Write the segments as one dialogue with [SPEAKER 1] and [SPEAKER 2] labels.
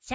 [SPEAKER 1] シ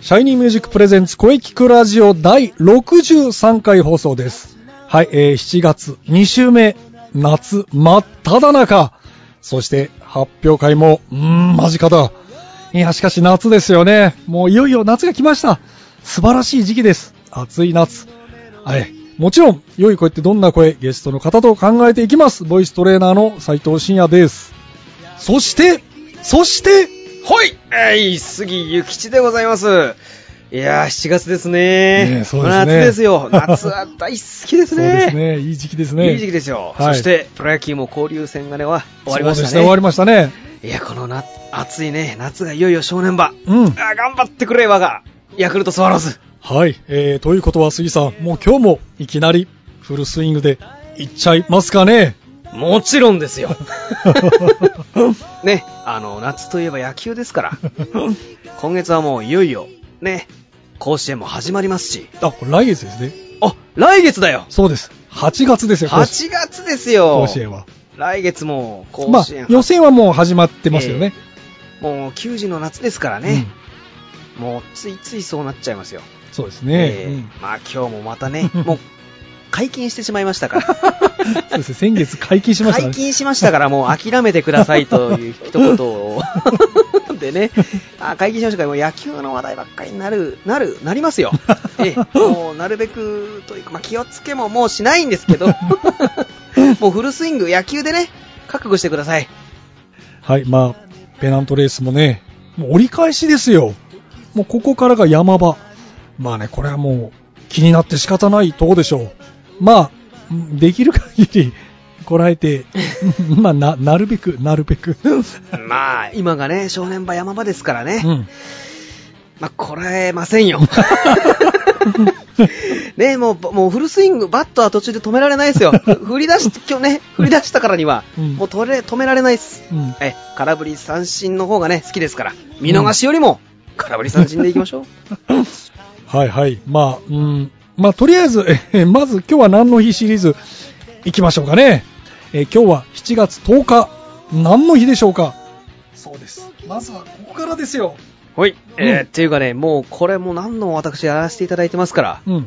[SPEAKER 2] シャイニーミュージックプレゼンツ声聞くラジオ第63回放送です。はい、えー、7月2週目、夏真っ只中。そして発表会も、うーん、間近だ。いや、しかし夏ですよね。もういよいよ夏が来ました。素晴らしい時期です。暑い夏。はい。もちろん、良い声ってどんな声、ゲストの方と考えていきます。ボイストレーナーの斉藤慎也です。そして、そして、
[SPEAKER 3] ほいえい、杉ゆきちでございます。いやー、7月ですね。
[SPEAKER 2] ねえそうですね
[SPEAKER 3] 夏で すよ。夏は大好きです
[SPEAKER 2] そうです
[SPEAKER 3] ね。
[SPEAKER 2] ね、いい時期ですね。
[SPEAKER 3] いい時期ですよ。
[SPEAKER 2] はい
[SPEAKER 3] そして、プロ野球も交流戦がね、は終わりまし
[SPEAKER 2] そう
[SPEAKER 3] たね。
[SPEAKER 2] ですね、終わりましたね。
[SPEAKER 3] いや、このな、暑いね、夏がいよいよ正念場。
[SPEAKER 2] うん
[SPEAKER 3] あー頑張ってくれ、我が。ヤクルトスワローズ。
[SPEAKER 2] はい、えー、ということは杉さん、もう今日もいきなりフルスイングでいっちゃいますかね。
[SPEAKER 3] もちろんで すよ。ね、あの、夏といえば野球で すから。今月はもういよいよ、ね、甲子園も始まりますし。
[SPEAKER 2] あ、これ来月ですね。
[SPEAKER 3] あ、来月だよ
[SPEAKER 2] そうです。8月ですよ、甲子
[SPEAKER 3] 8月ですよ
[SPEAKER 2] 甲子園は。
[SPEAKER 3] 来月も甲
[SPEAKER 2] まあ
[SPEAKER 3] 子園、、
[SPEAKER 2] 予選はもう始まってますよね。
[SPEAKER 3] もう9時の夏ですからね、もうついついそうなっちゃいますよ、
[SPEAKER 2] うんそうです
[SPEAKER 3] え
[SPEAKER 2] ね。
[SPEAKER 3] え
[SPEAKER 2] うん
[SPEAKER 3] まあ今日もま たねもう解禁してしまいましたから
[SPEAKER 2] そうですね、先月解禁しました
[SPEAKER 3] 解
[SPEAKER 2] ね。
[SPEAKER 3] 禁しましたからもう諦めてくださいという一言 をでねあ解禁しましたからもう野球の話題ばっかりになるなるなりま すよ、ええもうなるべくというか、まあ、気をつけももうしないんですけ どもうフルスイング野球でね覚悟してください
[SPEAKER 2] はい、まあ、ペナントレースもね、もう折り返しですよ。もうここからが山場。まあね、これはもう気になって仕方ないとこでしょう。まあ、んできる限り こらえて、 まあな、なるべく、なるべく。
[SPEAKER 3] まあ、今がね、正念場山場ですからね。
[SPEAKER 2] うん。
[SPEAKER 3] まあ、こらえま せんよ。ねもう、もうフルスイング、バットは途中で止められないですよ。ふ振り出し、今日ね、振り出したからには、
[SPEAKER 2] うん
[SPEAKER 3] もう止め止められないです。
[SPEAKER 2] うん
[SPEAKER 3] え、空振り三振の方がね、好きですから。見逃しよりも、空振り三振でい きましょう。
[SPEAKER 2] はいはい。まあ、うん。まあ、とりあえず、えーまず今日は何の日シリーズ行きましょうかね。えー今日は7月10日、何の日でしょうかそうです。まずはここからですよ。
[SPEAKER 3] ほい。えー
[SPEAKER 2] うん
[SPEAKER 3] っていうかね、もうこれも何度も私やらせていただいてますから、
[SPEAKER 2] うん。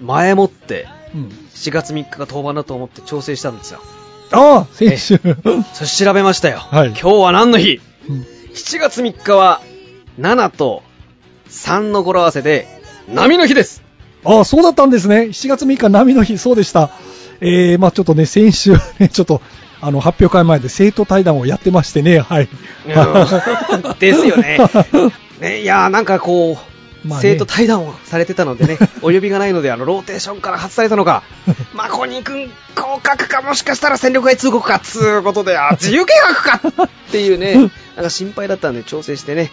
[SPEAKER 3] 前もって、
[SPEAKER 2] うん。
[SPEAKER 3] 7月3日が登板だと思って調整したんですよ。
[SPEAKER 2] ああ、選手。
[SPEAKER 3] そして調べましたよ。
[SPEAKER 2] はい
[SPEAKER 3] 今日は何の日
[SPEAKER 2] うん
[SPEAKER 3] 7月3日は7と3の語呂合わせで波の日です
[SPEAKER 2] ああ、そうだったんですね。7月3日、波の日、そうでした。えー、まあちょっとね、先週、 ね、ちょっと、あの、発表会前で生徒対談をやってましてね、はい。
[SPEAKER 3] ですよねねいやーなんかこう、
[SPEAKER 2] まあね
[SPEAKER 3] 生徒対談をされてたので ねお呼びがないのであのローテーションから外されたのか まこに君降格かもしかしたら戦力外通告かつうことであ自由契約かっていうね なんか心配だったんで調整してね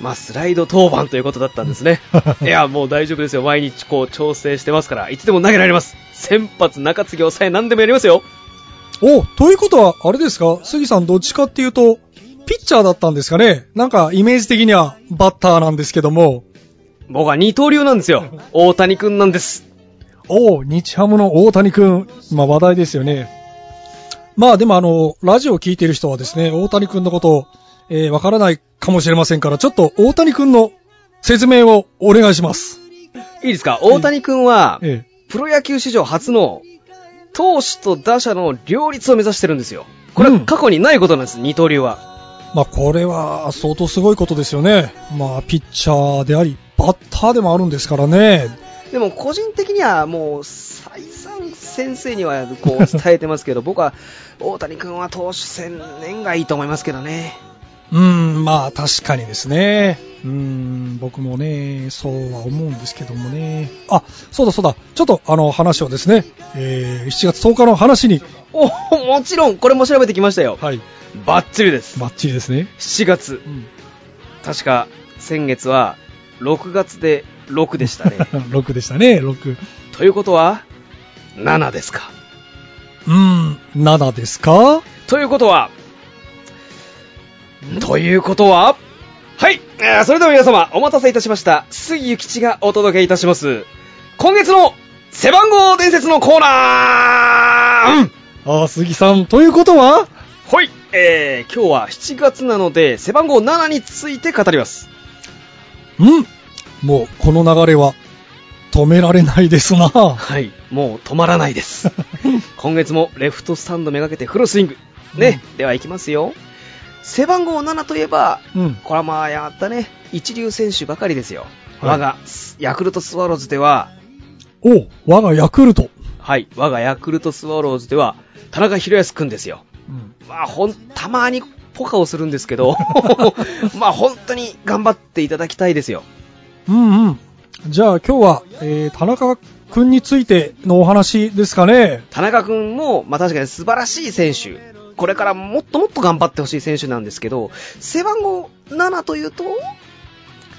[SPEAKER 3] まあ、スライド登板ということだったんです ね。いや、もう大丈夫ですよ。毎日こう調整してますから、いつでも投げられます。先発、中継ぎ、抑え、何でもやりますよ。
[SPEAKER 2] お、ということは、あれですか杉さん、どっちかっていうと、ピッチャーだったんですかねなんか、イメージ的には、バッターなんですけども、
[SPEAKER 3] 僕は二刀流なん ですよ。大谷くんなんです。
[SPEAKER 2] お日ハムの大谷くん、今話題ですよね。まあでもあの、ラジオを聞いている人はですね、大谷くんのことを、えーわからないかもしれませんから、ちょっと大谷くんの説明をお願いします。
[SPEAKER 3] いいですか大谷くんは、
[SPEAKER 2] え
[SPEAKER 3] プロ野球史上初の、投手と打者の両立を目指してるんですよ。これ
[SPEAKER 2] う
[SPEAKER 3] は
[SPEAKER 2] ん
[SPEAKER 3] 過去にないことなんです、二刀流は。
[SPEAKER 2] えまあこれは相当すごいことですよね。まあピッチャーであり、バッターでもあるんですからね。
[SPEAKER 3] でも個人的にはもう、再三先生にはこう伝えてますけど、僕は大谷くんは投手専念がいいと思いますけどね。
[SPEAKER 2] うん、まあ確かにですね。うん、僕もね、そうは思うんですけどもね。あ、そうだそうだ。ちょっとあの話をですね、えー、7月10日の話に。
[SPEAKER 3] おもちろん、これも調べてきましたよ。
[SPEAKER 2] はい。
[SPEAKER 3] バッチリです。
[SPEAKER 2] バッチリですね。
[SPEAKER 3] 7月。
[SPEAKER 2] うん。
[SPEAKER 3] 確か、先月は、6月で6でしたね。
[SPEAKER 2] 6でしたね、6。
[SPEAKER 3] ということは、7ですか。
[SPEAKER 2] うん、7ですか
[SPEAKER 3] ということは、ということは、はい、えーそれでは皆様、お待たせいたしました。杉ゆきちがお届けいたします。今月の背番号伝説のコーナー、うん
[SPEAKER 2] ああ、杉さん。ということは
[SPEAKER 3] はい、えー、今日は7月なので、背番号7について語ります。
[SPEAKER 2] うん。もう、この流れは、止められないですな。
[SPEAKER 3] はい、もう止まらないです。今月もレフトスタンドめがけてフルスイング。ね、ではいきますよ。背番号7といえば、
[SPEAKER 2] うん。
[SPEAKER 3] これはまあやったね、一流選手ばかりですよ。
[SPEAKER 2] はい
[SPEAKER 3] 我がヤクルトスワローズでは、
[SPEAKER 2] おう我がヤクルト。
[SPEAKER 3] はい、我がヤクルトスワローズでは、田中宏康くんですよ。
[SPEAKER 2] うん。
[SPEAKER 3] まあほん、たまにポカをするんです けど、 まあ本当に頑張っていただきたいですよ。
[SPEAKER 2] うんうん。じゃあ今日は、えー、田中くんについてのお話ですかね。
[SPEAKER 3] 田中くんも、まあ確かに素晴らしい選手。これからもっともっと頑張ってほしい選手なんですけど、背番号7というと、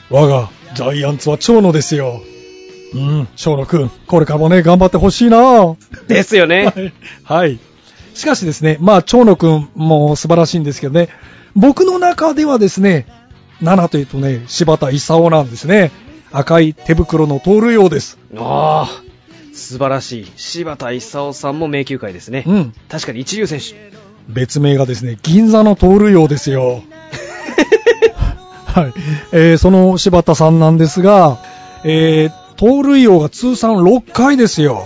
[SPEAKER 2] 我がジャイアンツは長野ですよ。うん、長野くん、これからもね、頑張ってほしいな。は
[SPEAKER 3] ですよね。
[SPEAKER 2] い。 はい。しかしですね、まあ、長野くんも素晴らしいんですけどね、僕の中ではですね、7というとね、柴田勲なんですね。赤い手袋の盗塁王です。
[SPEAKER 3] ああ、素晴らしい。柴田勲さんも名球会ですね。
[SPEAKER 2] うん。
[SPEAKER 3] 確かに一流選手。
[SPEAKER 2] 別名がですね、銀座の盗塁王ですよ。はい。えーその柴田さんなんですが、えー盗塁王が通算6回ですよ。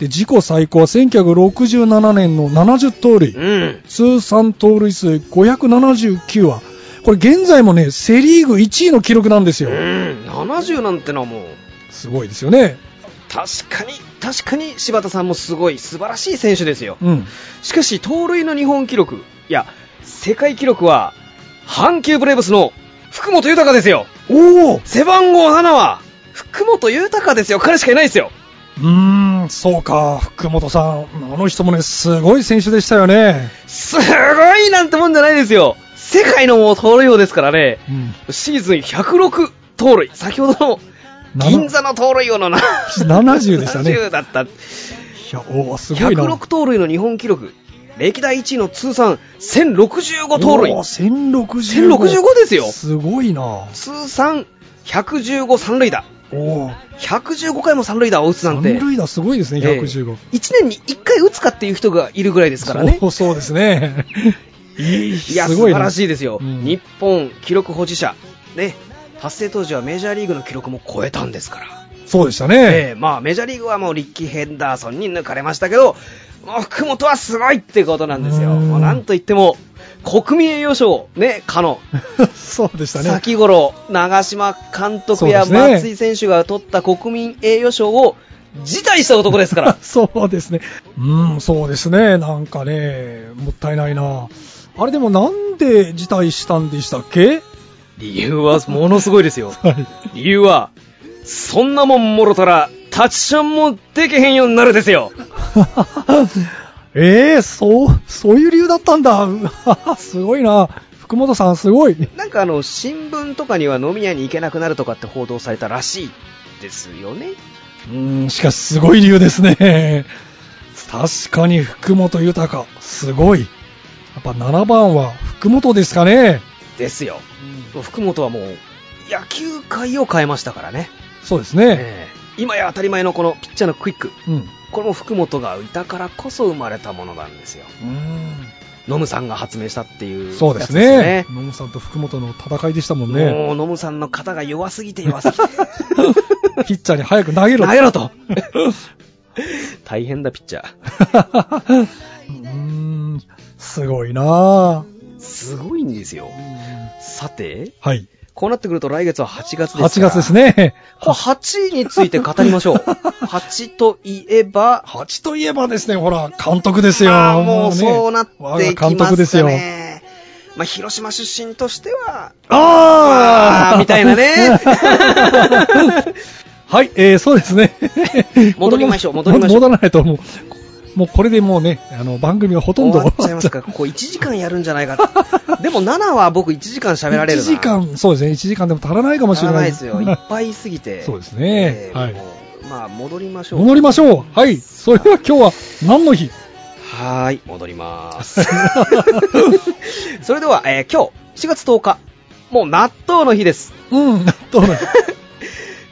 [SPEAKER 2] で、自己最高は1967年の70盗塁。
[SPEAKER 3] うん。
[SPEAKER 2] 通算盗塁数579は、これ現在もね、セリーグ1位の記録なんですよ
[SPEAKER 3] うん。。70なんてのはもう、
[SPEAKER 2] すごいですよね。
[SPEAKER 3] 確かに、確かに柴田さんもすごい、素晴らしい選手ですよ。
[SPEAKER 2] うん。
[SPEAKER 3] しかし、盗塁の日本記録、いや、世界記録は、阪急ブレーブスの福本豊ですよ。
[SPEAKER 2] おおう
[SPEAKER 3] 背番号7は、福本豊ですよ。彼しかいないですよ。
[SPEAKER 2] ーん、そうか、福本さん。あの人もね、すごい選手でしたよね。
[SPEAKER 3] すごいなんてもんじゃないですよ。世界のもう盗塁王ですからね。
[SPEAKER 2] うん。
[SPEAKER 3] シーズン106盗塁。先ほどの
[SPEAKER 2] なな
[SPEAKER 3] 銀座の盗塁王のな
[SPEAKER 2] 70でしたね
[SPEAKER 3] 70だった。
[SPEAKER 2] いや、おーすごいな。
[SPEAKER 3] 106盗塁の日本記録。歴代1位の通算1065盗塁
[SPEAKER 2] お。ー1065。
[SPEAKER 3] 1065ですよ
[SPEAKER 2] すごいな。
[SPEAKER 3] 通算115三塁打。
[SPEAKER 2] おー
[SPEAKER 3] 115回も三塁打を打つなんて。
[SPEAKER 2] 三塁打すごいですね、
[SPEAKER 3] ええ
[SPEAKER 2] 115。
[SPEAKER 3] 1年に1回打つかっていう人がいるぐらいですからね。
[SPEAKER 2] そうそうですね。い
[SPEAKER 3] いや、
[SPEAKER 2] す
[SPEAKER 3] 素
[SPEAKER 2] ごい
[SPEAKER 3] 晴
[SPEAKER 2] な
[SPEAKER 3] らしいですよ。
[SPEAKER 2] うん
[SPEAKER 3] 日本記録保持者。ね。発生当時はメジャーリーグの記録も超えたんですから。
[SPEAKER 2] そうでした
[SPEAKER 3] え
[SPEAKER 2] ね。
[SPEAKER 3] えまあメジャーリーグはもうリッキー・ヘンダーソンに抜かれましたけど、もう福本はすごいってことなんですよ。
[SPEAKER 2] うん
[SPEAKER 3] もうなんといっても、国民栄誉賞、ね、かの、
[SPEAKER 2] そうでしたね。
[SPEAKER 3] 先頃、長嶋監督や
[SPEAKER 2] そうですね。
[SPEAKER 3] 松井選手が取った国民栄誉賞を辞退した男です から
[SPEAKER 2] そうですね。うん、そうですね。なんかね、もったいないな。あれでもなんで辞退したんでしたっけ
[SPEAKER 3] 理由はものすごいです よ。
[SPEAKER 2] はい。
[SPEAKER 3] 理由は、そんなもんもろたら、タッチションもできへんようになるですよ。
[SPEAKER 2] ええそう、そういう理由だったんだ。 うわすごいな。福本さんすごい。
[SPEAKER 3] なんかあの、新聞とかには飲み屋に行けなくなるとかって報道されたらしいですよね。
[SPEAKER 2] うん、しかしすごい理由ですね。確かに福本豊、すごい。やっぱ7番は福本ですかね。
[SPEAKER 3] ですよ。福本はもう、野球界を変えましたからね。
[SPEAKER 2] そうですね。
[SPEAKER 3] ええ今や当たり前のこのピッチャーのクイック。
[SPEAKER 2] うん。
[SPEAKER 3] これも福本がいたからこそ生まれたものなんですよ。ノムさんが発明したっていう
[SPEAKER 2] そうです
[SPEAKER 3] やつ
[SPEAKER 2] ね。野茂さんと福本の戦いでしたもんね。
[SPEAKER 3] もうノムさんの肩が弱すぎて弱すぎ て。
[SPEAKER 2] ピッチャーに早く投げろ。
[SPEAKER 3] 投げろと 大変だ、ピッチャー。
[SPEAKER 2] うーん、すごいなぁ。
[SPEAKER 3] すごいんですよ。さて、
[SPEAKER 2] はい。
[SPEAKER 3] こうなってくると来月は8月です
[SPEAKER 2] 8
[SPEAKER 3] から。
[SPEAKER 2] 月です。 ね。
[SPEAKER 3] これ8について語りましょう。8と いえば、
[SPEAKER 2] 8といえばですね、ほら、監督ですよ。
[SPEAKER 3] まあもうそうなって
[SPEAKER 2] 我が
[SPEAKER 3] いきま
[SPEAKER 2] 監督ですす
[SPEAKER 3] か
[SPEAKER 2] よ。
[SPEAKER 3] ね。まあ、広島出身としては、
[SPEAKER 2] あ
[SPEAKER 3] あーみたい なね
[SPEAKER 2] はい、えー、そうですね。
[SPEAKER 3] 戻りましょう戻りましょう
[SPEAKER 2] 戻らないと、もう、こもうこれでもうね、あの、番組はほとんど
[SPEAKER 3] 終わっちゃいますから、ここ1時間やるんじゃないか と。でも7は僕1時間喋られるな。
[SPEAKER 2] 1時間、そうですね、1時間でも足らないかもしれ
[SPEAKER 3] 足ら
[SPEAKER 2] ない。
[SPEAKER 3] ないですよ。いっぱいすぎて。
[SPEAKER 2] そうですねはい
[SPEAKER 3] もうまあ、戻りましょう。
[SPEAKER 2] 戻りましょう。はい、それでは今日は何の日
[SPEAKER 3] はーい、戻ります。 それでは、えー今日、4月10日、もう納豆の日です。
[SPEAKER 2] うん、納豆の日。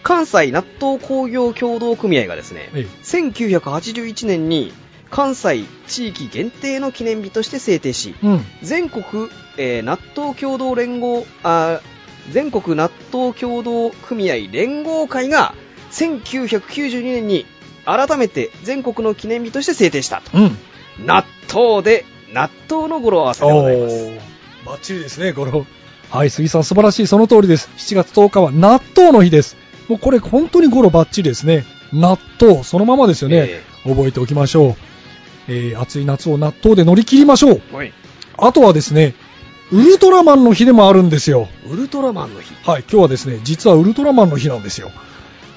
[SPEAKER 3] 関西納豆工業協同組合がですね、
[SPEAKER 2] ええ
[SPEAKER 3] 1981年に関西地域限定の記念日として制定し、
[SPEAKER 2] うん。
[SPEAKER 3] 全国、えー納豆協同連合あー全国納豆協同組合連合会が1992年に改めて全国の記念日として制定したと
[SPEAKER 2] うん。
[SPEAKER 3] 納豆で納豆の語呂合わせでございます
[SPEAKER 2] バッチリですね、この。はい、杉さん、素晴らしい、その通りです。7月10日は納豆の日です。もうこれ、本当にゴロバッチリですね。納豆、そのままですよね
[SPEAKER 3] え。
[SPEAKER 2] 覚えておきましょう。えー、暑い夏を納豆で乗り切りましょう。
[SPEAKER 3] はい
[SPEAKER 2] あとはですね、ウルトラマンの日でもあるんですよ。
[SPEAKER 3] ウルトラマンの日
[SPEAKER 2] はい、今日はですね、実はウルトラマンの日なんですよ。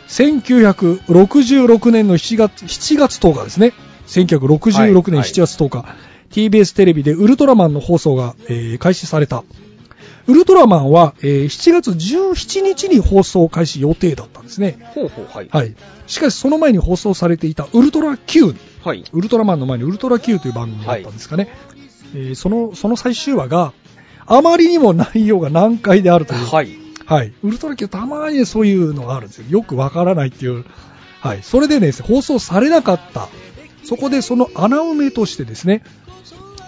[SPEAKER 2] 1966年の7月、7月10日ですね。1966年
[SPEAKER 3] はい
[SPEAKER 2] 7月10日、TBS テレビでウルトラマンの放送が、えー開始された。ウルトラマンは、えー7月17日に放送開始予定だったんですね。
[SPEAKER 3] ほうほうはい
[SPEAKER 2] はい。しかしその前に放送されていたウルトラ Q
[SPEAKER 3] はい
[SPEAKER 2] ウルトラマンの前にウルトラ Q という番組だったんですかね、えーそのその最終話があまりにも内容が難解であるという、
[SPEAKER 3] はい
[SPEAKER 2] はいウルトラ Q たまにそういうのがあるんですよよくわからないっていう、はい、それでね放送されなかったそこでその穴埋めとしてですね、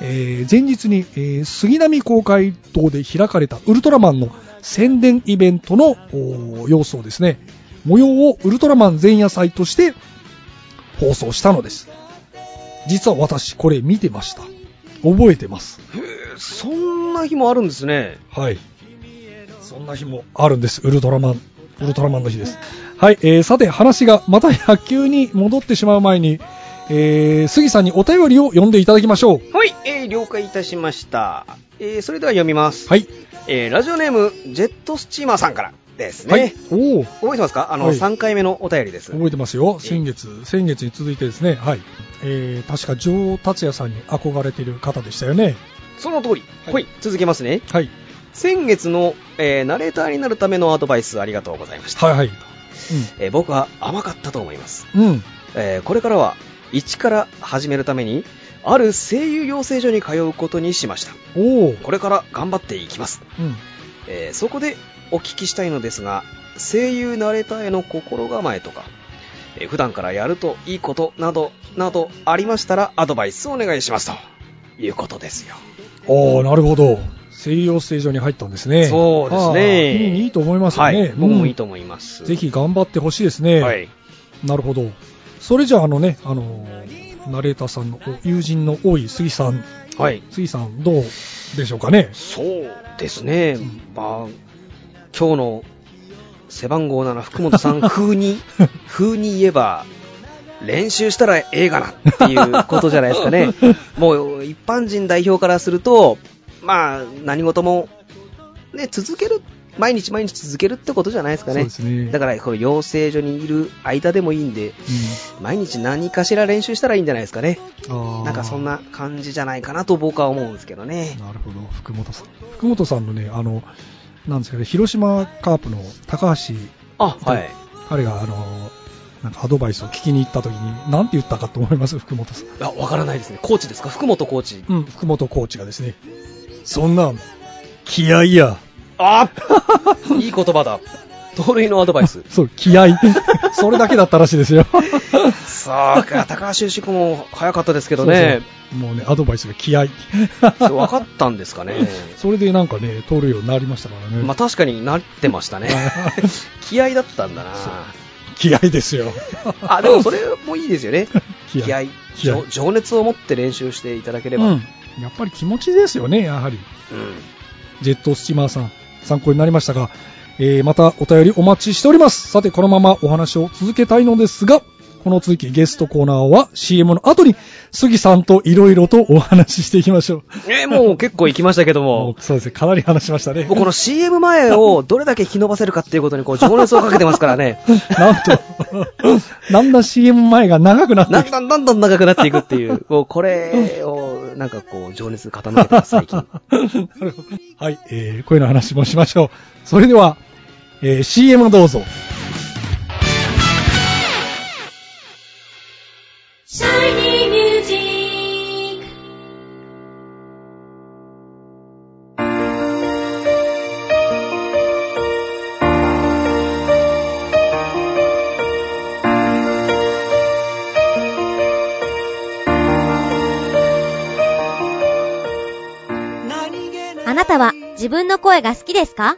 [SPEAKER 2] えー前日に、えー杉並公会堂で開かれたウルトラマンの宣伝イベントのおー様子をですね模様をウルトラマン前夜祭として放送したのです実は私これ見てました覚えてます
[SPEAKER 3] そんな日もあるんですね
[SPEAKER 2] はいそんな日もあるんですウルトラマンウルトラマンの日ですはい、えーさて話がまた野球に戻ってしまう前に、えー杉さんにお便りを読んでいただきましょう
[SPEAKER 3] はい、えー了解いたしました、えーそれでは読みます
[SPEAKER 2] はい
[SPEAKER 3] えーラジオネーム、ジェットスチーマーさんからですね。
[SPEAKER 2] はいおお
[SPEAKER 3] 覚えてますかあの、
[SPEAKER 2] はい
[SPEAKER 3] 3回目のお便りです。
[SPEAKER 2] 覚えてますよ先月先月に続いてですねはい、えー確か城達也さんに憧れている方でしたよね
[SPEAKER 3] その通り。
[SPEAKER 2] は
[SPEAKER 3] はいい、続けますね。
[SPEAKER 2] はい
[SPEAKER 3] 先月の、えーナレーターになるためのアドバイスありがとうございました。
[SPEAKER 2] はいはい
[SPEAKER 3] えー僕は甘かったと思います。
[SPEAKER 2] うん、うん、
[SPEAKER 3] えーこれからは、一から始めるために、ある声優養成所に通うことにしました。
[SPEAKER 2] おお
[SPEAKER 3] これから頑張っていきます。
[SPEAKER 2] うん
[SPEAKER 3] えーそこでお聞きしたいのですが声優慣れたへの心構えとか、えー普段からやるといいことなどなどありましたらアドバイスをお願いしますということですよ
[SPEAKER 2] ああ、なるほど。西洋ステージに入ったんですね。
[SPEAKER 3] そうですね
[SPEAKER 2] あーいいねいいと思いますよ
[SPEAKER 3] は
[SPEAKER 2] ね。
[SPEAKER 3] い僕もいいと
[SPEAKER 2] 思い
[SPEAKER 3] 思います、
[SPEAKER 2] ぜひ頑張ってほしいですね。
[SPEAKER 3] はい
[SPEAKER 2] なるほど。それじゃあ、あのね、あのーナレーターさんのお友人の多い杉さん。
[SPEAKER 3] はい
[SPEAKER 2] 杉さん、どうでしょうかね。
[SPEAKER 3] そうですね
[SPEAKER 2] ん
[SPEAKER 3] まあ今日の背番号7福本さん風 に風に言えば練習したらええがなっていうことじゃないですかねもう一般人代表からするとまあ何事も、ね、続ける毎日毎日続けるってことじゃないですか
[SPEAKER 2] そう
[SPEAKER 3] ね
[SPEAKER 2] ですね。
[SPEAKER 3] だからこの養成所にいる間でもいいんで毎日何かしら練習したらいいんじゃないですかね
[SPEAKER 2] うん、あー
[SPEAKER 3] なんかそん。な感じじゃないかなと僕は思うんですけどね
[SPEAKER 2] なるほど、福本さん。福本さんのね、あの、なんですけど、広島カープの高橋
[SPEAKER 3] あはい
[SPEAKER 2] 彼が、あのーなんかアドバイスを聞きに行った時に、なんて言ったかと思います、福本さん。
[SPEAKER 3] あ、わからないですね。コーチですか福本コーチ。
[SPEAKER 2] うん、福本コーチがですね、そんなん、気合や。。
[SPEAKER 3] あいい言葉だ。盗塁のアドバイス
[SPEAKER 2] そう、気 合。それだけだったらしいですよ。
[SPEAKER 3] そう か、高橋由子も早かったですけ
[SPEAKER 2] け
[SPEAKER 3] どね。
[SPEAKER 2] もうね、アドバイスが気合。
[SPEAKER 3] 分かったんですかね。
[SPEAKER 2] それでなんかね、通るようになりましたからね。
[SPEAKER 3] まあ確かになってま したね。気合だったんだな。
[SPEAKER 2] 気合ですよ。
[SPEAKER 3] あ、でもそれもいいですよね。
[SPEAKER 2] 気
[SPEAKER 3] 気
[SPEAKER 2] 合
[SPEAKER 3] 合
[SPEAKER 2] 気合
[SPEAKER 3] 情情熱を持って練習していただけれ
[SPEAKER 2] う
[SPEAKER 3] ば。う
[SPEAKER 2] ん。
[SPEAKER 3] ん
[SPEAKER 2] やっぱり気持ちですよね、やはり。ジェットスチーマーさん、参考になりましたが、えーまたお便りお待ちしております。さて、このままお話を続けたいのですが、この続きゲストコーナーは CM の後に杉さんといろいろとお話ししていきましょ
[SPEAKER 3] えーもう結構行きましたけど
[SPEAKER 2] う。も
[SPEAKER 3] も、
[SPEAKER 2] うそうですね、かなり話しましたね。
[SPEAKER 3] 僕この CM 前をどれだけ引き伸ばせるかっていうことにこう情熱をかけてますからね。
[SPEAKER 2] なんと、だんだん CM 前が長くなって
[SPEAKER 3] だん
[SPEAKER 2] き
[SPEAKER 3] だんだんだん長くなっていくって いう、こうこれをなんかこう情熱傾けてます、最 近。
[SPEAKER 2] たなるほど はい、えー、声の話もしましょう。それでは、えー、CM どうぞ。
[SPEAKER 1] Shiny Music!
[SPEAKER 4] あなたは自分の声が好きですか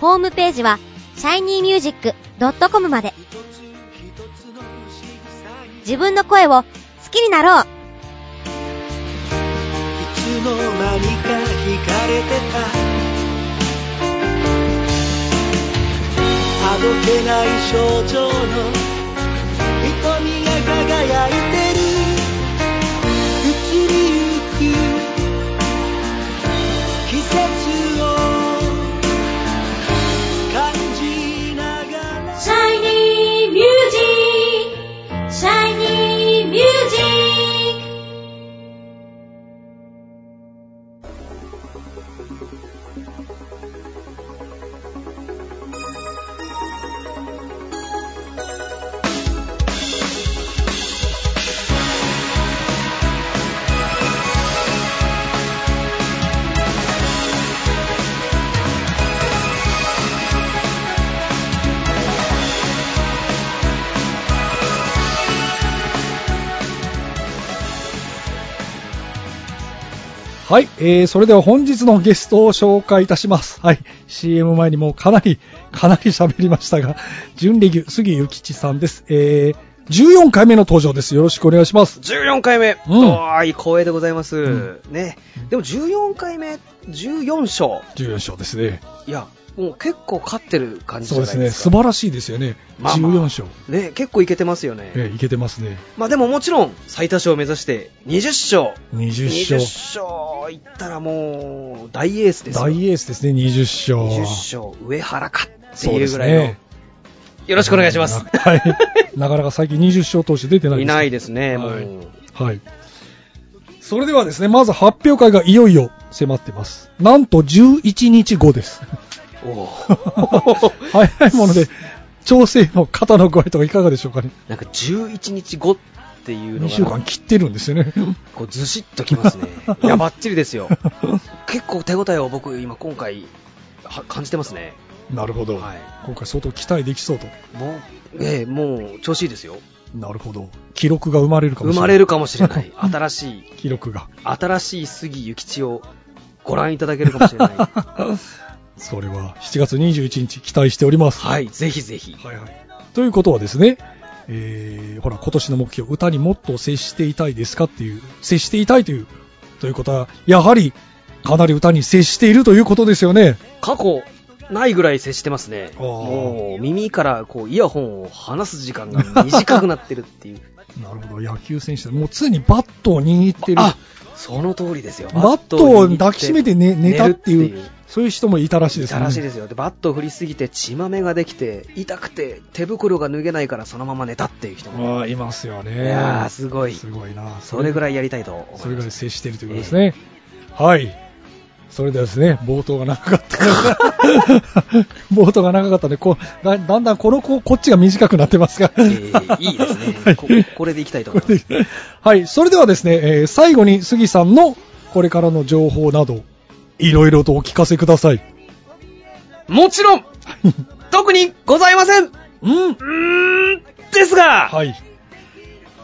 [SPEAKER 4] ホームページは shinymusic.com まで自分の声を好きになろう
[SPEAKER 5] あどけない症状の瞳が輝いてる移りゆく季節を感じながら
[SPEAKER 1] Shiny Music! Shiny Music!
[SPEAKER 2] はい、えー、それでは本日のゲストを紹介いたします。はい、CM 前にもうかなり、かなり喋りましたが、準レギュ杉ゆきちさんです。えー、14回目の登場です。よろしくお願いします。
[SPEAKER 3] 14回目、
[SPEAKER 2] うん
[SPEAKER 3] おーいい光栄でございます、
[SPEAKER 2] ん
[SPEAKER 3] ねでも14回目14勝
[SPEAKER 2] 14勝ですね。
[SPEAKER 3] いやもう結構勝ってる感じ
[SPEAKER 2] そ
[SPEAKER 3] じ
[SPEAKER 2] う
[SPEAKER 3] ゃ
[SPEAKER 2] で
[SPEAKER 3] な
[SPEAKER 2] すね。
[SPEAKER 3] いです
[SPEAKER 2] 素
[SPEAKER 3] か
[SPEAKER 2] 晴らしいですよね。
[SPEAKER 3] まあまあ
[SPEAKER 2] 14勝。
[SPEAKER 3] ね結構いけてますよね、
[SPEAKER 2] えー、いけてますね。
[SPEAKER 3] まあでももちろん最多勝を目指して20勝
[SPEAKER 2] 20勝。
[SPEAKER 3] 勝いったらもう大エースですよ
[SPEAKER 2] 大エースですね、20勝。
[SPEAKER 3] 20勝上原かって
[SPEAKER 2] そう
[SPEAKER 3] い
[SPEAKER 2] で
[SPEAKER 3] う
[SPEAKER 2] す
[SPEAKER 3] ぐらいの、
[SPEAKER 2] ね。
[SPEAKER 3] よろしくお願いします
[SPEAKER 2] はい。なかなか最近20勝投手出てない
[SPEAKER 3] い
[SPEAKER 2] ですね
[SPEAKER 3] ないですね、
[SPEAKER 2] はい
[SPEAKER 3] もう
[SPEAKER 2] はい。それではですね、まず発表会がいよいよ迫ってます。なんと11日後 です。
[SPEAKER 3] おー
[SPEAKER 2] 早いもので、調整の肩の具合とかいかがでしょうかね。
[SPEAKER 3] なんか11日後っていうの
[SPEAKER 2] 2
[SPEAKER 3] が
[SPEAKER 2] 週間切ってるんですよね。
[SPEAKER 3] こうずしっときますね。 いや、ばっちりですよ。結構手応えを僕、今今回、は感じてますね。
[SPEAKER 2] なるほど、
[SPEAKER 3] はい
[SPEAKER 2] 今回相当期待できそうと。
[SPEAKER 3] もう、ええもう、調子いいですよ。
[SPEAKER 2] なるほど。記録が生まれるかもしれない。
[SPEAKER 3] 生まれるかもしれない。新しい、
[SPEAKER 2] 記録が。
[SPEAKER 3] 新しい杉ゆきちをご覧いただけるかもしれ ない。
[SPEAKER 2] それは7月21日期待しております。
[SPEAKER 3] はい、ぜひぜひ。
[SPEAKER 2] はいはい。ということはですね、えー、ほら、今年の目標、歌にもっと接していたいですかっていう、接していたいという、ということは、やはり、かなり歌に接しているということですよね。
[SPEAKER 3] 過去、ないぐらい接してますね。
[SPEAKER 2] あー
[SPEAKER 3] もう、耳から、こう、イヤホンを離す時間が短くなってるっていう。
[SPEAKER 2] なるほど、野球選手だもう常にバットを握ってる。
[SPEAKER 3] あ、その通りですよ。
[SPEAKER 2] バットを抱きしめて寝寝たってい
[SPEAKER 3] 寝
[SPEAKER 2] う
[SPEAKER 3] るっていう
[SPEAKER 2] そういう人もいたらしいです
[SPEAKER 3] 痛
[SPEAKER 2] よね。
[SPEAKER 3] らしいですよでバットを振りすぎて血まめができて痛くて手袋が脱げないからそのまま寝たっていう人も
[SPEAKER 2] ああ、いますよね。
[SPEAKER 3] いやーすごい
[SPEAKER 2] すごいな。
[SPEAKER 3] それぐら
[SPEAKER 2] い。
[SPEAKER 3] いやりたいと
[SPEAKER 2] そ
[SPEAKER 3] 思い
[SPEAKER 2] れぐ
[SPEAKER 3] ま
[SPEAKER 2] らい
[SPEAKER 3] す
[SPEAKER 2] 接しているということですね。はい。それではですね、冒頭が長かった。 冒頭が長かったんで、こうだだんだんこのここっちが短くなってますが。
[SPEAKER 3] えーいいですね、
[SPEAKER 2] はい
[SPEAKER 3] ここれでいきたいと思います
[SPEAKER 2] はい、それではですね、えー最後に杉さんのこれからの情報など、いろいろとお聞かせください。
[SPEAKER 3] もちろん特にございません
[SPEAKER 2] うん。
[SPEAKER 3] ですが、
[SPEAKER 2] はい。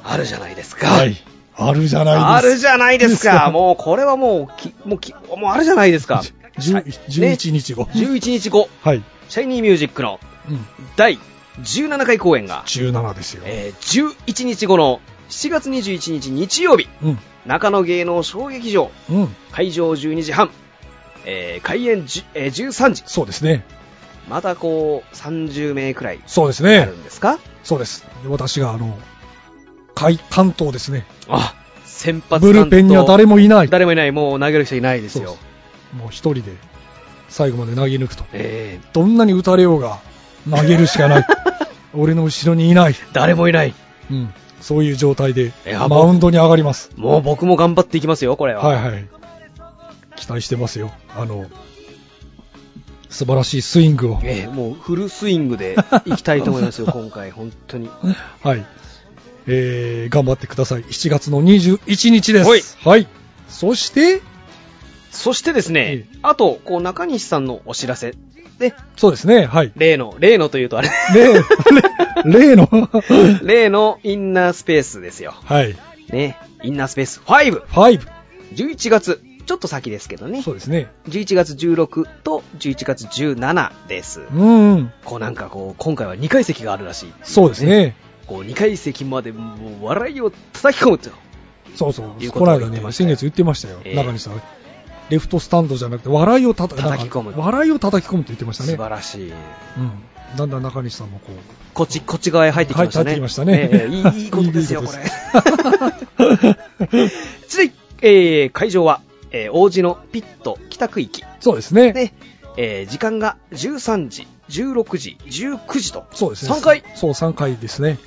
[SPEAKER 3] あるじゃないですか。
[SPEAKER 2] はい。あるじゃな
[SPEAKER 3] あ
[SPEAKER 2] いで
[SPEAKER 3] る
[SPEAKER 2] す
[SPEAKER 3] じゃないです
[SPEAKER 2] ですか
[SPEAKER 3] か。もう、これはもうき、もうき、もうあるじゃないで すか。
[SPEAKER 2] か。じゅう11日後。
[SPEAKER 3] 11日後、
[SPEAKER 2] はい。
[SPEAKER 3] シャイニーミュージックの
[SPEAKER 2] うん。
[SPEAKER 3] 第17回公演が、
[SPEAKER 2] 17ですよ。
[SPEAKER 3] えー11日後の7月21日日曜日、
[SPEAKER 2] うん。
[SPEAKER 3] 中野芸能小劇場、
[SPEAKER 2] うん。
[SPEAKER 3] 会場12時半、えー開演じ、えー13時。
[SPEAKER 2] そうですね。
[SPEAKER 3] またこう、30名くらい
[SPEAKER 2] そうです
[SPEAKER 3] あ
[SPEAKER 2] ね
[SPEAKER 3] る。んですか、
[SPEAKER 2] そうです。私が、あの、会担当ですね。
[SPEAKER 3] あ、先発
[SPEAKER 2] ブルペンには誰
[SPEAKER 3] も
[SPEAKER 2] もいない。
[SPEAKER 3] 誰もいない、もう投げる人いないですよ
[SPEAKER 2] そう。もう一人で、最後まで投げ抜くと。
[SPEAKER 3] えー
[SPEAKER 2] どんなに打たれようが、投げるしかない。 俺の後ろにいない。
[SPEAKER 3] 誰もいない。
[SPEAKER 2] うん。そういう状態で
[SPEAKER 3] いや、
[SPEAKER 2] マウンドに上がります。
[SPEAKER 3] もう僕も頑張っていきますよ、これは。
[SPEAKER 2] はいはい。期待してますよ。あの、素晴らしいスイングを。
[SPEAKER 3] ええもうフルスイングでいきたいと思います よ、今回、本当に。
[SPEAKER 2] はい。えー、頑張ってください。7月の21日です。
[SPEAKER 3] はい
[SPEAKER 2] はい。そして、
[SPEAKER 3] そしてですね
[SPEAKER 2] え、
[SPEAKER 3] あと、こう、中西さんのお知らせ。で、
[SPEAKER 2] そうですね、はい。
[SPEAKER 3] 例の、例のというとあれ、
[SPEAKER 2] 例、 例の、
[SPEAKER 3] 例のインナースペースですよ。
[SPEAKER 2] はい。
[SPEAKER 3] ね、インナースペース 5!
[SPEAKER 2] 5。
[SPEAKER 3] 11月、ちょっと先ですけどね
[SPEAKER 2] そ。うですね。
[SPEAKER 3] 11月16と11月17です。
[SPEAKER 2] うんうん。
[SPEAKER 3] こうなんかこう、今回は2階席があるらしい、
[SPEAKER 2] そうです。ね。
[SPEAKER 3] こう、2階席までもう笑いを叩き込むと。
[SPEAKER 2] そうそう。
[SPEAKER 3] いうこ
[SPEAKER 2] ことの
[SPEAKER 3] を
[SPEAKER 2] 間
[SPEAKER 3] 言ってま
[SPEAKER 2] ね、
[SPEAKER 3] した
[SPEAKER 2] 先
[SPEAKER 3] よ
[SPEAKER 2] 月言ってましたよ。
[SPEAKER 3] ええ
[SPEAKER 2] 中西さん。レフトスタンドじゃなくて、笑いをたた
[SPEAKER 3] 叩き込む
[SPEAKER 2] なんか笑いを叩き込むと言ってました
[SPEAKER 3] 素晴
[SPEAKER 2] ね。
[SPEAKER 3] らしい。
[SPEAKER 2] うん。だんだん中西さんもこう。
[SPEAKER 3] こっち、こっち側へ入ってきました
[SPEAKER 2] 入
[SPEAKER 3] ね。
[SPEAKER 2] ってきましたね
[SPEAKER 3] ええ いいいいことですよ、
[SPEAKER 2] いい
[SPEAKER 3] こ
[SPEAKER 2] こと
[SPEAKER 3] れ
[SPEAKER 2] で。
[SPEAKER 3] ちなみに、えー会場は、えー、王子のピット北区域。
[SPEAKER 2] そうですね。
[SPEAKER 3] で、えー時間が13時、16時、19時と。
[SPEAKER 2] そうですね。
[SPEAKER 3] 3回。
[SPEAKER 2] そう、3回ですね。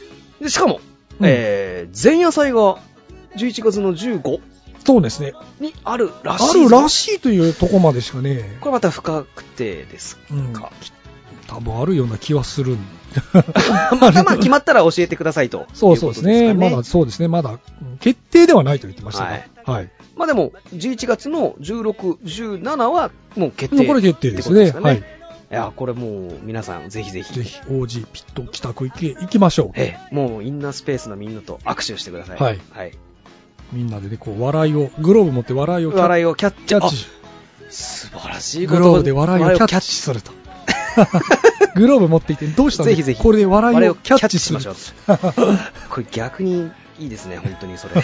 [SPEAKER 3] でしかも、
[SPEAKER 2] うん
[SPEAKER 3] えー前夜祭が11月の15
[SPEAKER 2] そうですね。
[SPEAKER 3] にあるらしい。
[SPEAKER 2] あるらしいというとこまでしかね。
[SPEAKER 3] これまた深くてです
[SPEAKER 2] うん
[SPEAKER 3] か。
[SPEAKER 2] 多分あるような気はす るん
[SPEAKER 3] またまあ決まったら教えてくださいと。
[SPEAKER 2] そうそうですね
[SPEAKER 3] いうこと
[SPEAKER 2] まだそうですねまだうん決定ではないと言ってましたが
[SPEAKER 3] は
[SPEAKER 2] はいい、
[SPEAKER 3] まあでも、11月の16、17はもう決
[SPEAKER 2] も
[SPEAKER 3] 定。
[SPEAKER 2] うこれ決定です
[SPEAKER 3] っ
[SPEAKER 2] ね
[SPEAKER 3] てこと
[SPEAKER 2] はい。
[SPEAKER 3] いや、これもう皆さんぜひぜひ。
[SPEAKER 2] ぜひ OG ピット北区行き行きましょう
[SPEAKER 3] ええ、もうインナースペースのみんなと握手してください。
[SPEAKER 2] はい
[SPEAKER 3] はい。
[SPEAKER 2] みんなでねこう笑いをグローブ持って笑いをキャ
[SPEAKER 3] 笑いをキャッ
[SPEAKER 2] キ
[SPEAKER 3] チ。
[SPEAKER 2] ャッチ
[SPEAKER 3] あ素晴らしい
[SPEAKER 2] グローブで笑いをキャッチすると グローブ持っていってどうしたの
[SPEAKER 3] ぜひぜひ
[SPEAKER 2] これで笑いをキャッチ
[SPEAKER 3] し
[SPEAKER 2] す
[SPEAKER 3] ま
[SPEAKER 2] る
[SPEAKER 3] しょう。 これ逆にいいですね、本当に それ。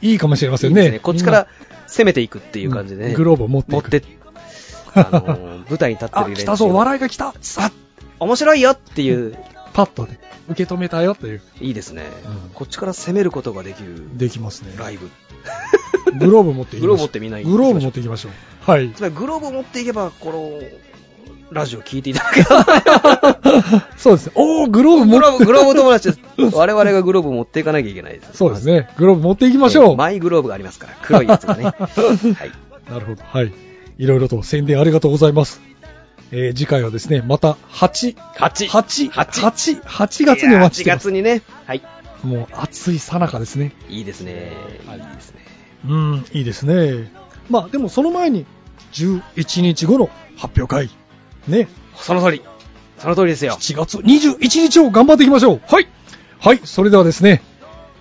[SPEAKER 2] いいかもしれませ
[SPEAKER 3] い
[SPEAKER 2] ん
[SPEAKER 3] い
[SPEAKER 2] ね
[SPEAKER 3] ですねこっちから攻めていくっていう感じで
[SPEAKER 2] う
[SPEAKER 3] ね。
[SPEAKER 2] んグローブを持っていく
[SPEAKER 3] 持って、あのー、舞台に立ってる
[SPEAKER 2] あ
[SPEAKER 3] 連中
[SPEAKER 2] 来たぞ笑いが来たさ
[SPEAKER 3] 面白いよっていう、
[SPEAKER 2] パッとで受け止めたよという
[SPEAKER 3] いいですね
[SPEAKER 2] うん。
[SPEAKER 3] こっちから攻めることができる
[SPEAKER 2] できますね
[SPEAKER 3] ライブ。
[SPEAKER 2] グローブ持っていきましょう
[SPEAKER 3] グローブ持ってみんな行きま
[SPEAKER 2] グ
[SPEAKER 3] しょう
[SPEAKER 2] ローブ持っていきましょう はい
[SPEAKER 3] つまりグローブを持っていけば、この、ラジオ聞いていただ けた。
[SPEAKER 2] そうですね。おー、グローブ
[SPEAKER 3] グ
[SPEAKER 2] 持
[SPEAKER 3] ローブ、
[SPEAKER 2] って、
[SPEAKER 3] グローブ友達です。我々がグローブを持っていかなきゃいけないです。
[SPEAKER 2] そうですね。グローブ持っていき
[SPEAKER 3] ま
[SPEAKER 2] ま
[SPEAKER 3] ず。
[SPEAKER 2] しょ
[SPEAKER 3] えー
[SPEAKER 2] う。
[SPEAKER 3] マイグローブがありますから、黒いやつ がね。はい。
[SPEAKER 2] なるほど。はい。いろいろと宣伝ありがとうございます。えー、次回はですね、また8、
[SPEAKER 3] 8。
[SPEAKER 2] 8、
[SPEAKER 3] 八
[SPEAKER 2] 8、8月にお待ちしてます。
[SPEAKER 3] 8月にね。はい。
[SPEAKER 2] もう暑いさなかですね。
[SPEAKER 3] いいですね。
[SPEAKER 2] はい
[SPEAKER 3] いいですね。
[SPEAKER 2] うん、いいですね。まあ、でもその前に、11日後の発表会。ね、
[SPEAKER 3] その通り。その通りですよ。
[SPEAKER 2] 4月21日を頑張っていきましょう。はい。はい、それではですね、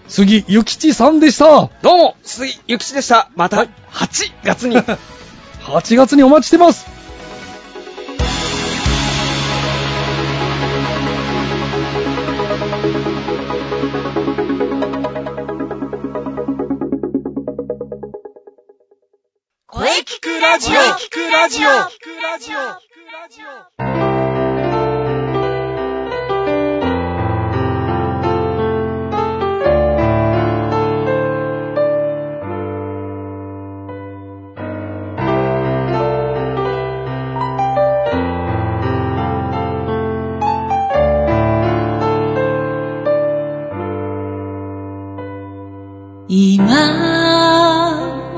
[SPEAKER 2] 杉ゆきちさんでした。
[SPEAKER 3] どうも、杉ゆきちでした。また、8月に。
[SPEAKER 2] 8月にお待ちしてます。
[SPEAKER 1] 声聞くラジオ聞くラジオ
[SPEAKER 5] 今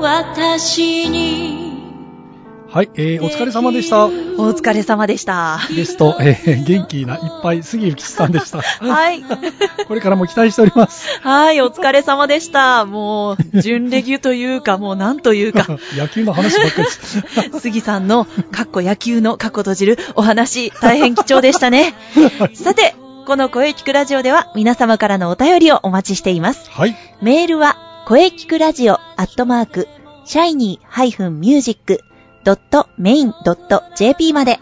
[SPEAKER 5] 私に
[SPEAKER 2] はい、えー、お疲れ様でした。
[SPEAKER 6] お疲れ様でした。
[SPEAKER 2] ゲスト、えー、元気ないっぱい杉内さんでした。
[SPEAKER 6] はい。
[SPEAKER 2] これからも期待しております。
[SPEAKER 6] はい、お疲れ様でした。もう、準レギュというか、もうなんというか、
[SPEAKER 2] 野球の話ばっかりです。
[SPEAKER 6] 杉さんの、かっこ野球のかっこ閉じるお話、大変貴重でしたね。さて、この声聞くラジオでは、皆様からのお便りをお待ちしています。
[SPEAKER 2] はい、
[SPEAKER 6] メールは、声聞くラジオアットマーク、shiny-music.main.jp まで、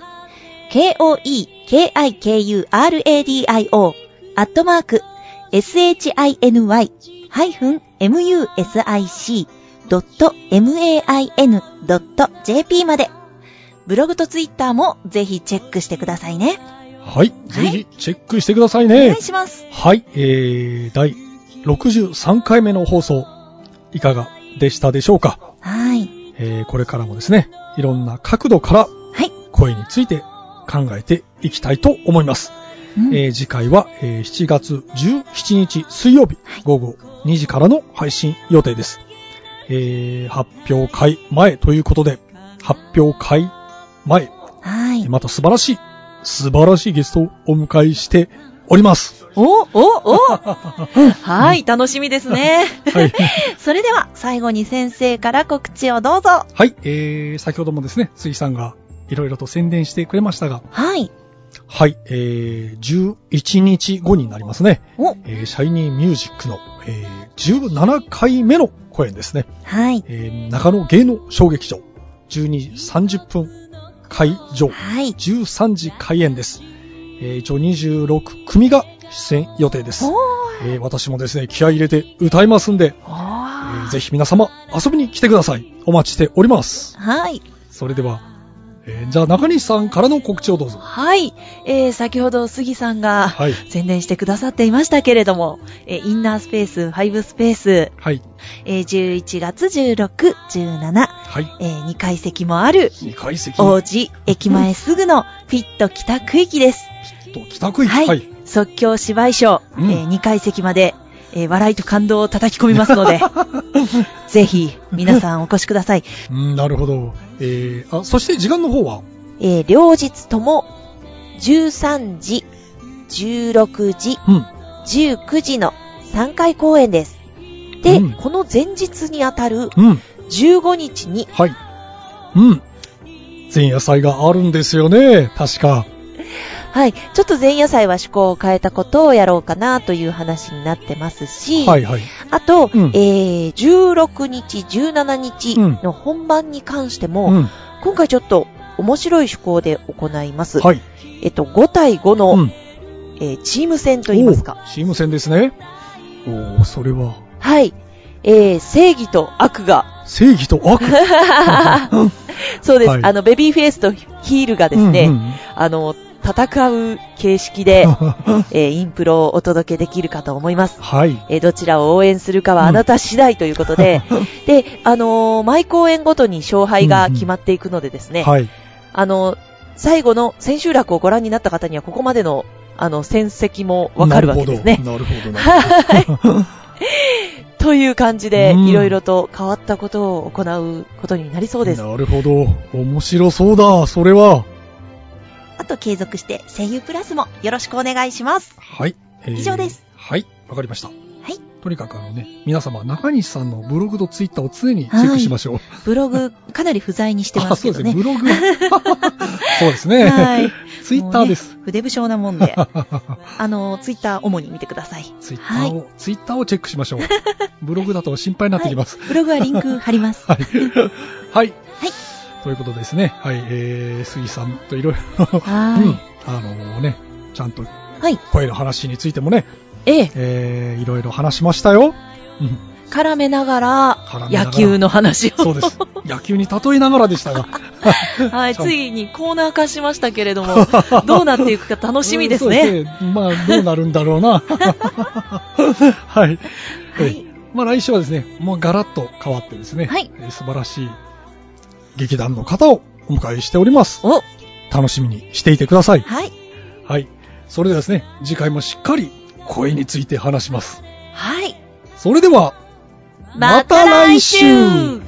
[SPEAKER 6] k-o-e-k-i-k-u-r-a-d-i-o アットマーク、shiny-music.main.jp まで、ブログとツイッターもぜひチェックしてくださいね。
[SPEAKER 2] はい、ぜひチェックしてくださいね。
[SPEAKER 6] お願いします。
[SPEAKER 2] はい、えー、第63回目の放送、いかがでしたでしょうか、
[SPEAKER 6] はい。
[SPEAKER 2] えー、これからもですね、いろんな角度から
[SPEAKER 6] はい。
[SPEAKER 2] 声について考えていきたいと思います。
[SPEAKER 6] うん
[SPEAKER 2] えー次回は、えー7月17日水曜日午後2時からの配信予定です。えー発表会前ということで、発表会前、
[SPEAKER 6] はい。
[SPEAKER 2] また素晴らしい、素晴らしいゲストをお迎えしております。
[SPEAKER 6] お、お、 おはい、楽しみですね。
[SPEAKER 2] はい。
[SPEAKER 6] それでは最後に先生から告知をどうぞ。
[SPEAKER 2] はい、えー、先ほどもですね、杉さんがいろいろと宣伝してくれましたが、
[SPEAKER 6] はい。
[SPEAKER 2] はい、えー、11日後になりますね、
[SPEAKER 6] お、
[SPEAKER 2] えーシャイニーミュージックの、えー17回目の公演ですね、
[SPEAKER 6] はい。
[SPEAKER 2] えー中野芸能小劇場、12時30分会場、
[SPEAKER 6] はい。
[SPEAKER 2] 13時開演です。えー一応26組が出演予定です。
[SPEAKER 6] お
[SPEAKER 2] えー私もですね、気合い入れて歌いますんで、えー
[SPEAKER 6] ー。
[SPEAKER 2] ぜひ皆様遊びに来てください。お待ちしております。
[SPEAKER 6] はい。
[SPEAKER 2] それでは、えーじゃあ中西さんからの告知をどうぞ。
[SPEAKER 6] はい。えー、先ほど杉さんが
[SPEAKER 2] はい。
[SPEAKER 6] 宣伝してくださっていましたけれども、えーインナースペース、ファイブスペース、
[SPEAKER 2] はい。
[SPEAKER 6] えー11月16、17、
[SPEAKER 2] はい。
[SPEAKER 6] えー2階席もある、
[SPEAKER 2] 二階席
[SPEAKER 6] 王子駅前すぐのフィット北区域です。
[SPEAKER 2] と北区域。
[SPEAKER 6] はい
[SPEAKER 2] はい。
[SPEAKER 6] 即興芝居賞、
[SPEAKER 2] うん
[SPEAKER 6] え2階席まで、えー笑いと感動を叩き込みま すので、ぜひ皆さんお越しください。
[SPEAKER 2] うんなるほど。えー、あ、そして時間の方は
[SPEAKER 6] えー両日とも13時、16時、
[SPEAKER 2] うん。
[SPEAKER 6] 19時の3回公演です。で、
[SPEAKER 2] うん
[SPEAKER 6] この前日にあたる
[SPEAKER 2] うん。
[SPEAKER 6] 15日に、
[SPEAKER 2] はい。うん。前夜祭があるんですよね。確か。
[SPEAKER 6] はい、ちょっと前夜祭は趣向を変えたことをやろうかなという話になってますし、
[SPEAKER 2] はいはい。
[SPEAKER 6] あと、
[SPEAKER 2] うん
[SPEAKER 6] えー16日、17日
[SPEAKER 2] うん
[SPEAKER 6] の本番に関しても、
[SPEAKER 2] うん。
[SPEAKER 6] 今回ちょっと面白い趣向で行います。
[SPEAKER 2] はい。
[SPEAKER 6] えっと、5対5の、
[SPEAKER 2] うん。
[SPEAKER 6] えーチーム戦といいますか。
[SPEAKER 2] おーチーム戦ですね。おーそれは、
[SPEAKER 6] はい。えー正義と悪が、
[SPEAKER 2] 正義と 悪。
[SPEAKER 6] そうです、
[SPEAKER 2] はい
[SPEAKER 6] あの、ベビーフェイスとヒールがですね、
[SPEAKER 2] うんうん
[SPEAKER 6] あの、戦う形 式で、えーインプロをお届けできるかと思います。
[SPEAKER 2] はい。
[SPEAKER 6] えーどちらを応援するかはあなた次第ということ で、で、あのー毎公演ごとに勝敗が決まっていくのでですね、
[SPEAKER 2] はい。
[SPEAKER 6] あの、最後の千秋楽をご覧になった方にはここまでの、あの、戦績もわかるわけですね。
[SPEAKER 2] なるほど。なるほど。
[SPEAKER 6] はい。という感じで
[SPEAKER 2] う、ん
[SPEAKER 6] いろいろと変わったことを行うことになりそうです。
[SPEAKER 2] なるほど。面白そうだ。それは。
[SPEAKER 6] あと継続して、声優プラスもよろしくお願いします。
[SPEAKER 2] はい。えー
[SPEAKER 6] 以上です。。
[SPEAKER 2] はい。わかりました。はいとにかくあのね、皆様、中西さんのブログとツイッターを常にチェックしましょう。
[SPEAKER 6] ブログ、かなり不在にしてま
[SPEAKER 2] あ、
[SPEAKER 6] す
[SPEAKER 2] そ
[SPEAKER 6] け
[SPEAKER 2] うで
[SPEAKER 6] ど
[SPEAKER 2] すね。
[SPEAKER 6] ね。
[SPEAKER 2] ブログ。 そうですね。
[SPEAKER 6] はい。
[SPEAKER 2] ツイッターです。。
[SPEAKER 6] もうね。筆不詳なもんで
[SPEAKER 2] ツ
[SPEAKER 6] あの、ツイッター主に見てください。
[SPEAKER 2] イッターを、 ツイッターをチェックし ましょう。ブログだと心配になってきます。
[SPEAKER 6] ブログはリンク貼ります。
[SPEAKER 2] はい。はい。ということですね。はい。えー、杉さんといろいろ、うん。
[SPEAKER 6] はーい。
[SPEAKER 2] あのね、ちゃんと
[SPEAKER 6] はい。
[SPEAKER 2] 声の話についてもね、
[SPEAKER 6] ええ、
[SPEAKER 2] えー、いろいろ話しましたよ。うん。
[SPEAKER 6] 絡めなが
[SPEAKER 2] 絡
[SPEAKER 6] ら、
[SPEAKER 2] めながら
[SPEAKER 6] 野球の話を。
[SPEAKER 2] そう です。野球に例えながらでしたが。
[SPEAKER 6] はい、
[SPEAKER 2] ちゃん
[SPEAKER 6] ついにコーナー化しましたけれど も、どうなっていくか楽しみです
[SPEAKER 2] そう
[SPEAKER 6] ね。
[SPEAKER 2] まあ、どうなるんだろう な。はい。はい。まあ、来週はですね、もうガラッと変わってですね、
[SPEAKER 6] はい
[SPEAKER 2] えー素晴らしい劇団の方をお迎えしております。
[SPEAKER 6] お、
[SPEAKER 2] 楽しみにしていてください。
[SPEAKER 6] はい、
[SPEAKER 2] はい。それではですね、次回もしっかり声について話します。
[SPEAKER 6] はい。
[SPEAKER 2] それでは、
[SPEAKER 6] また来週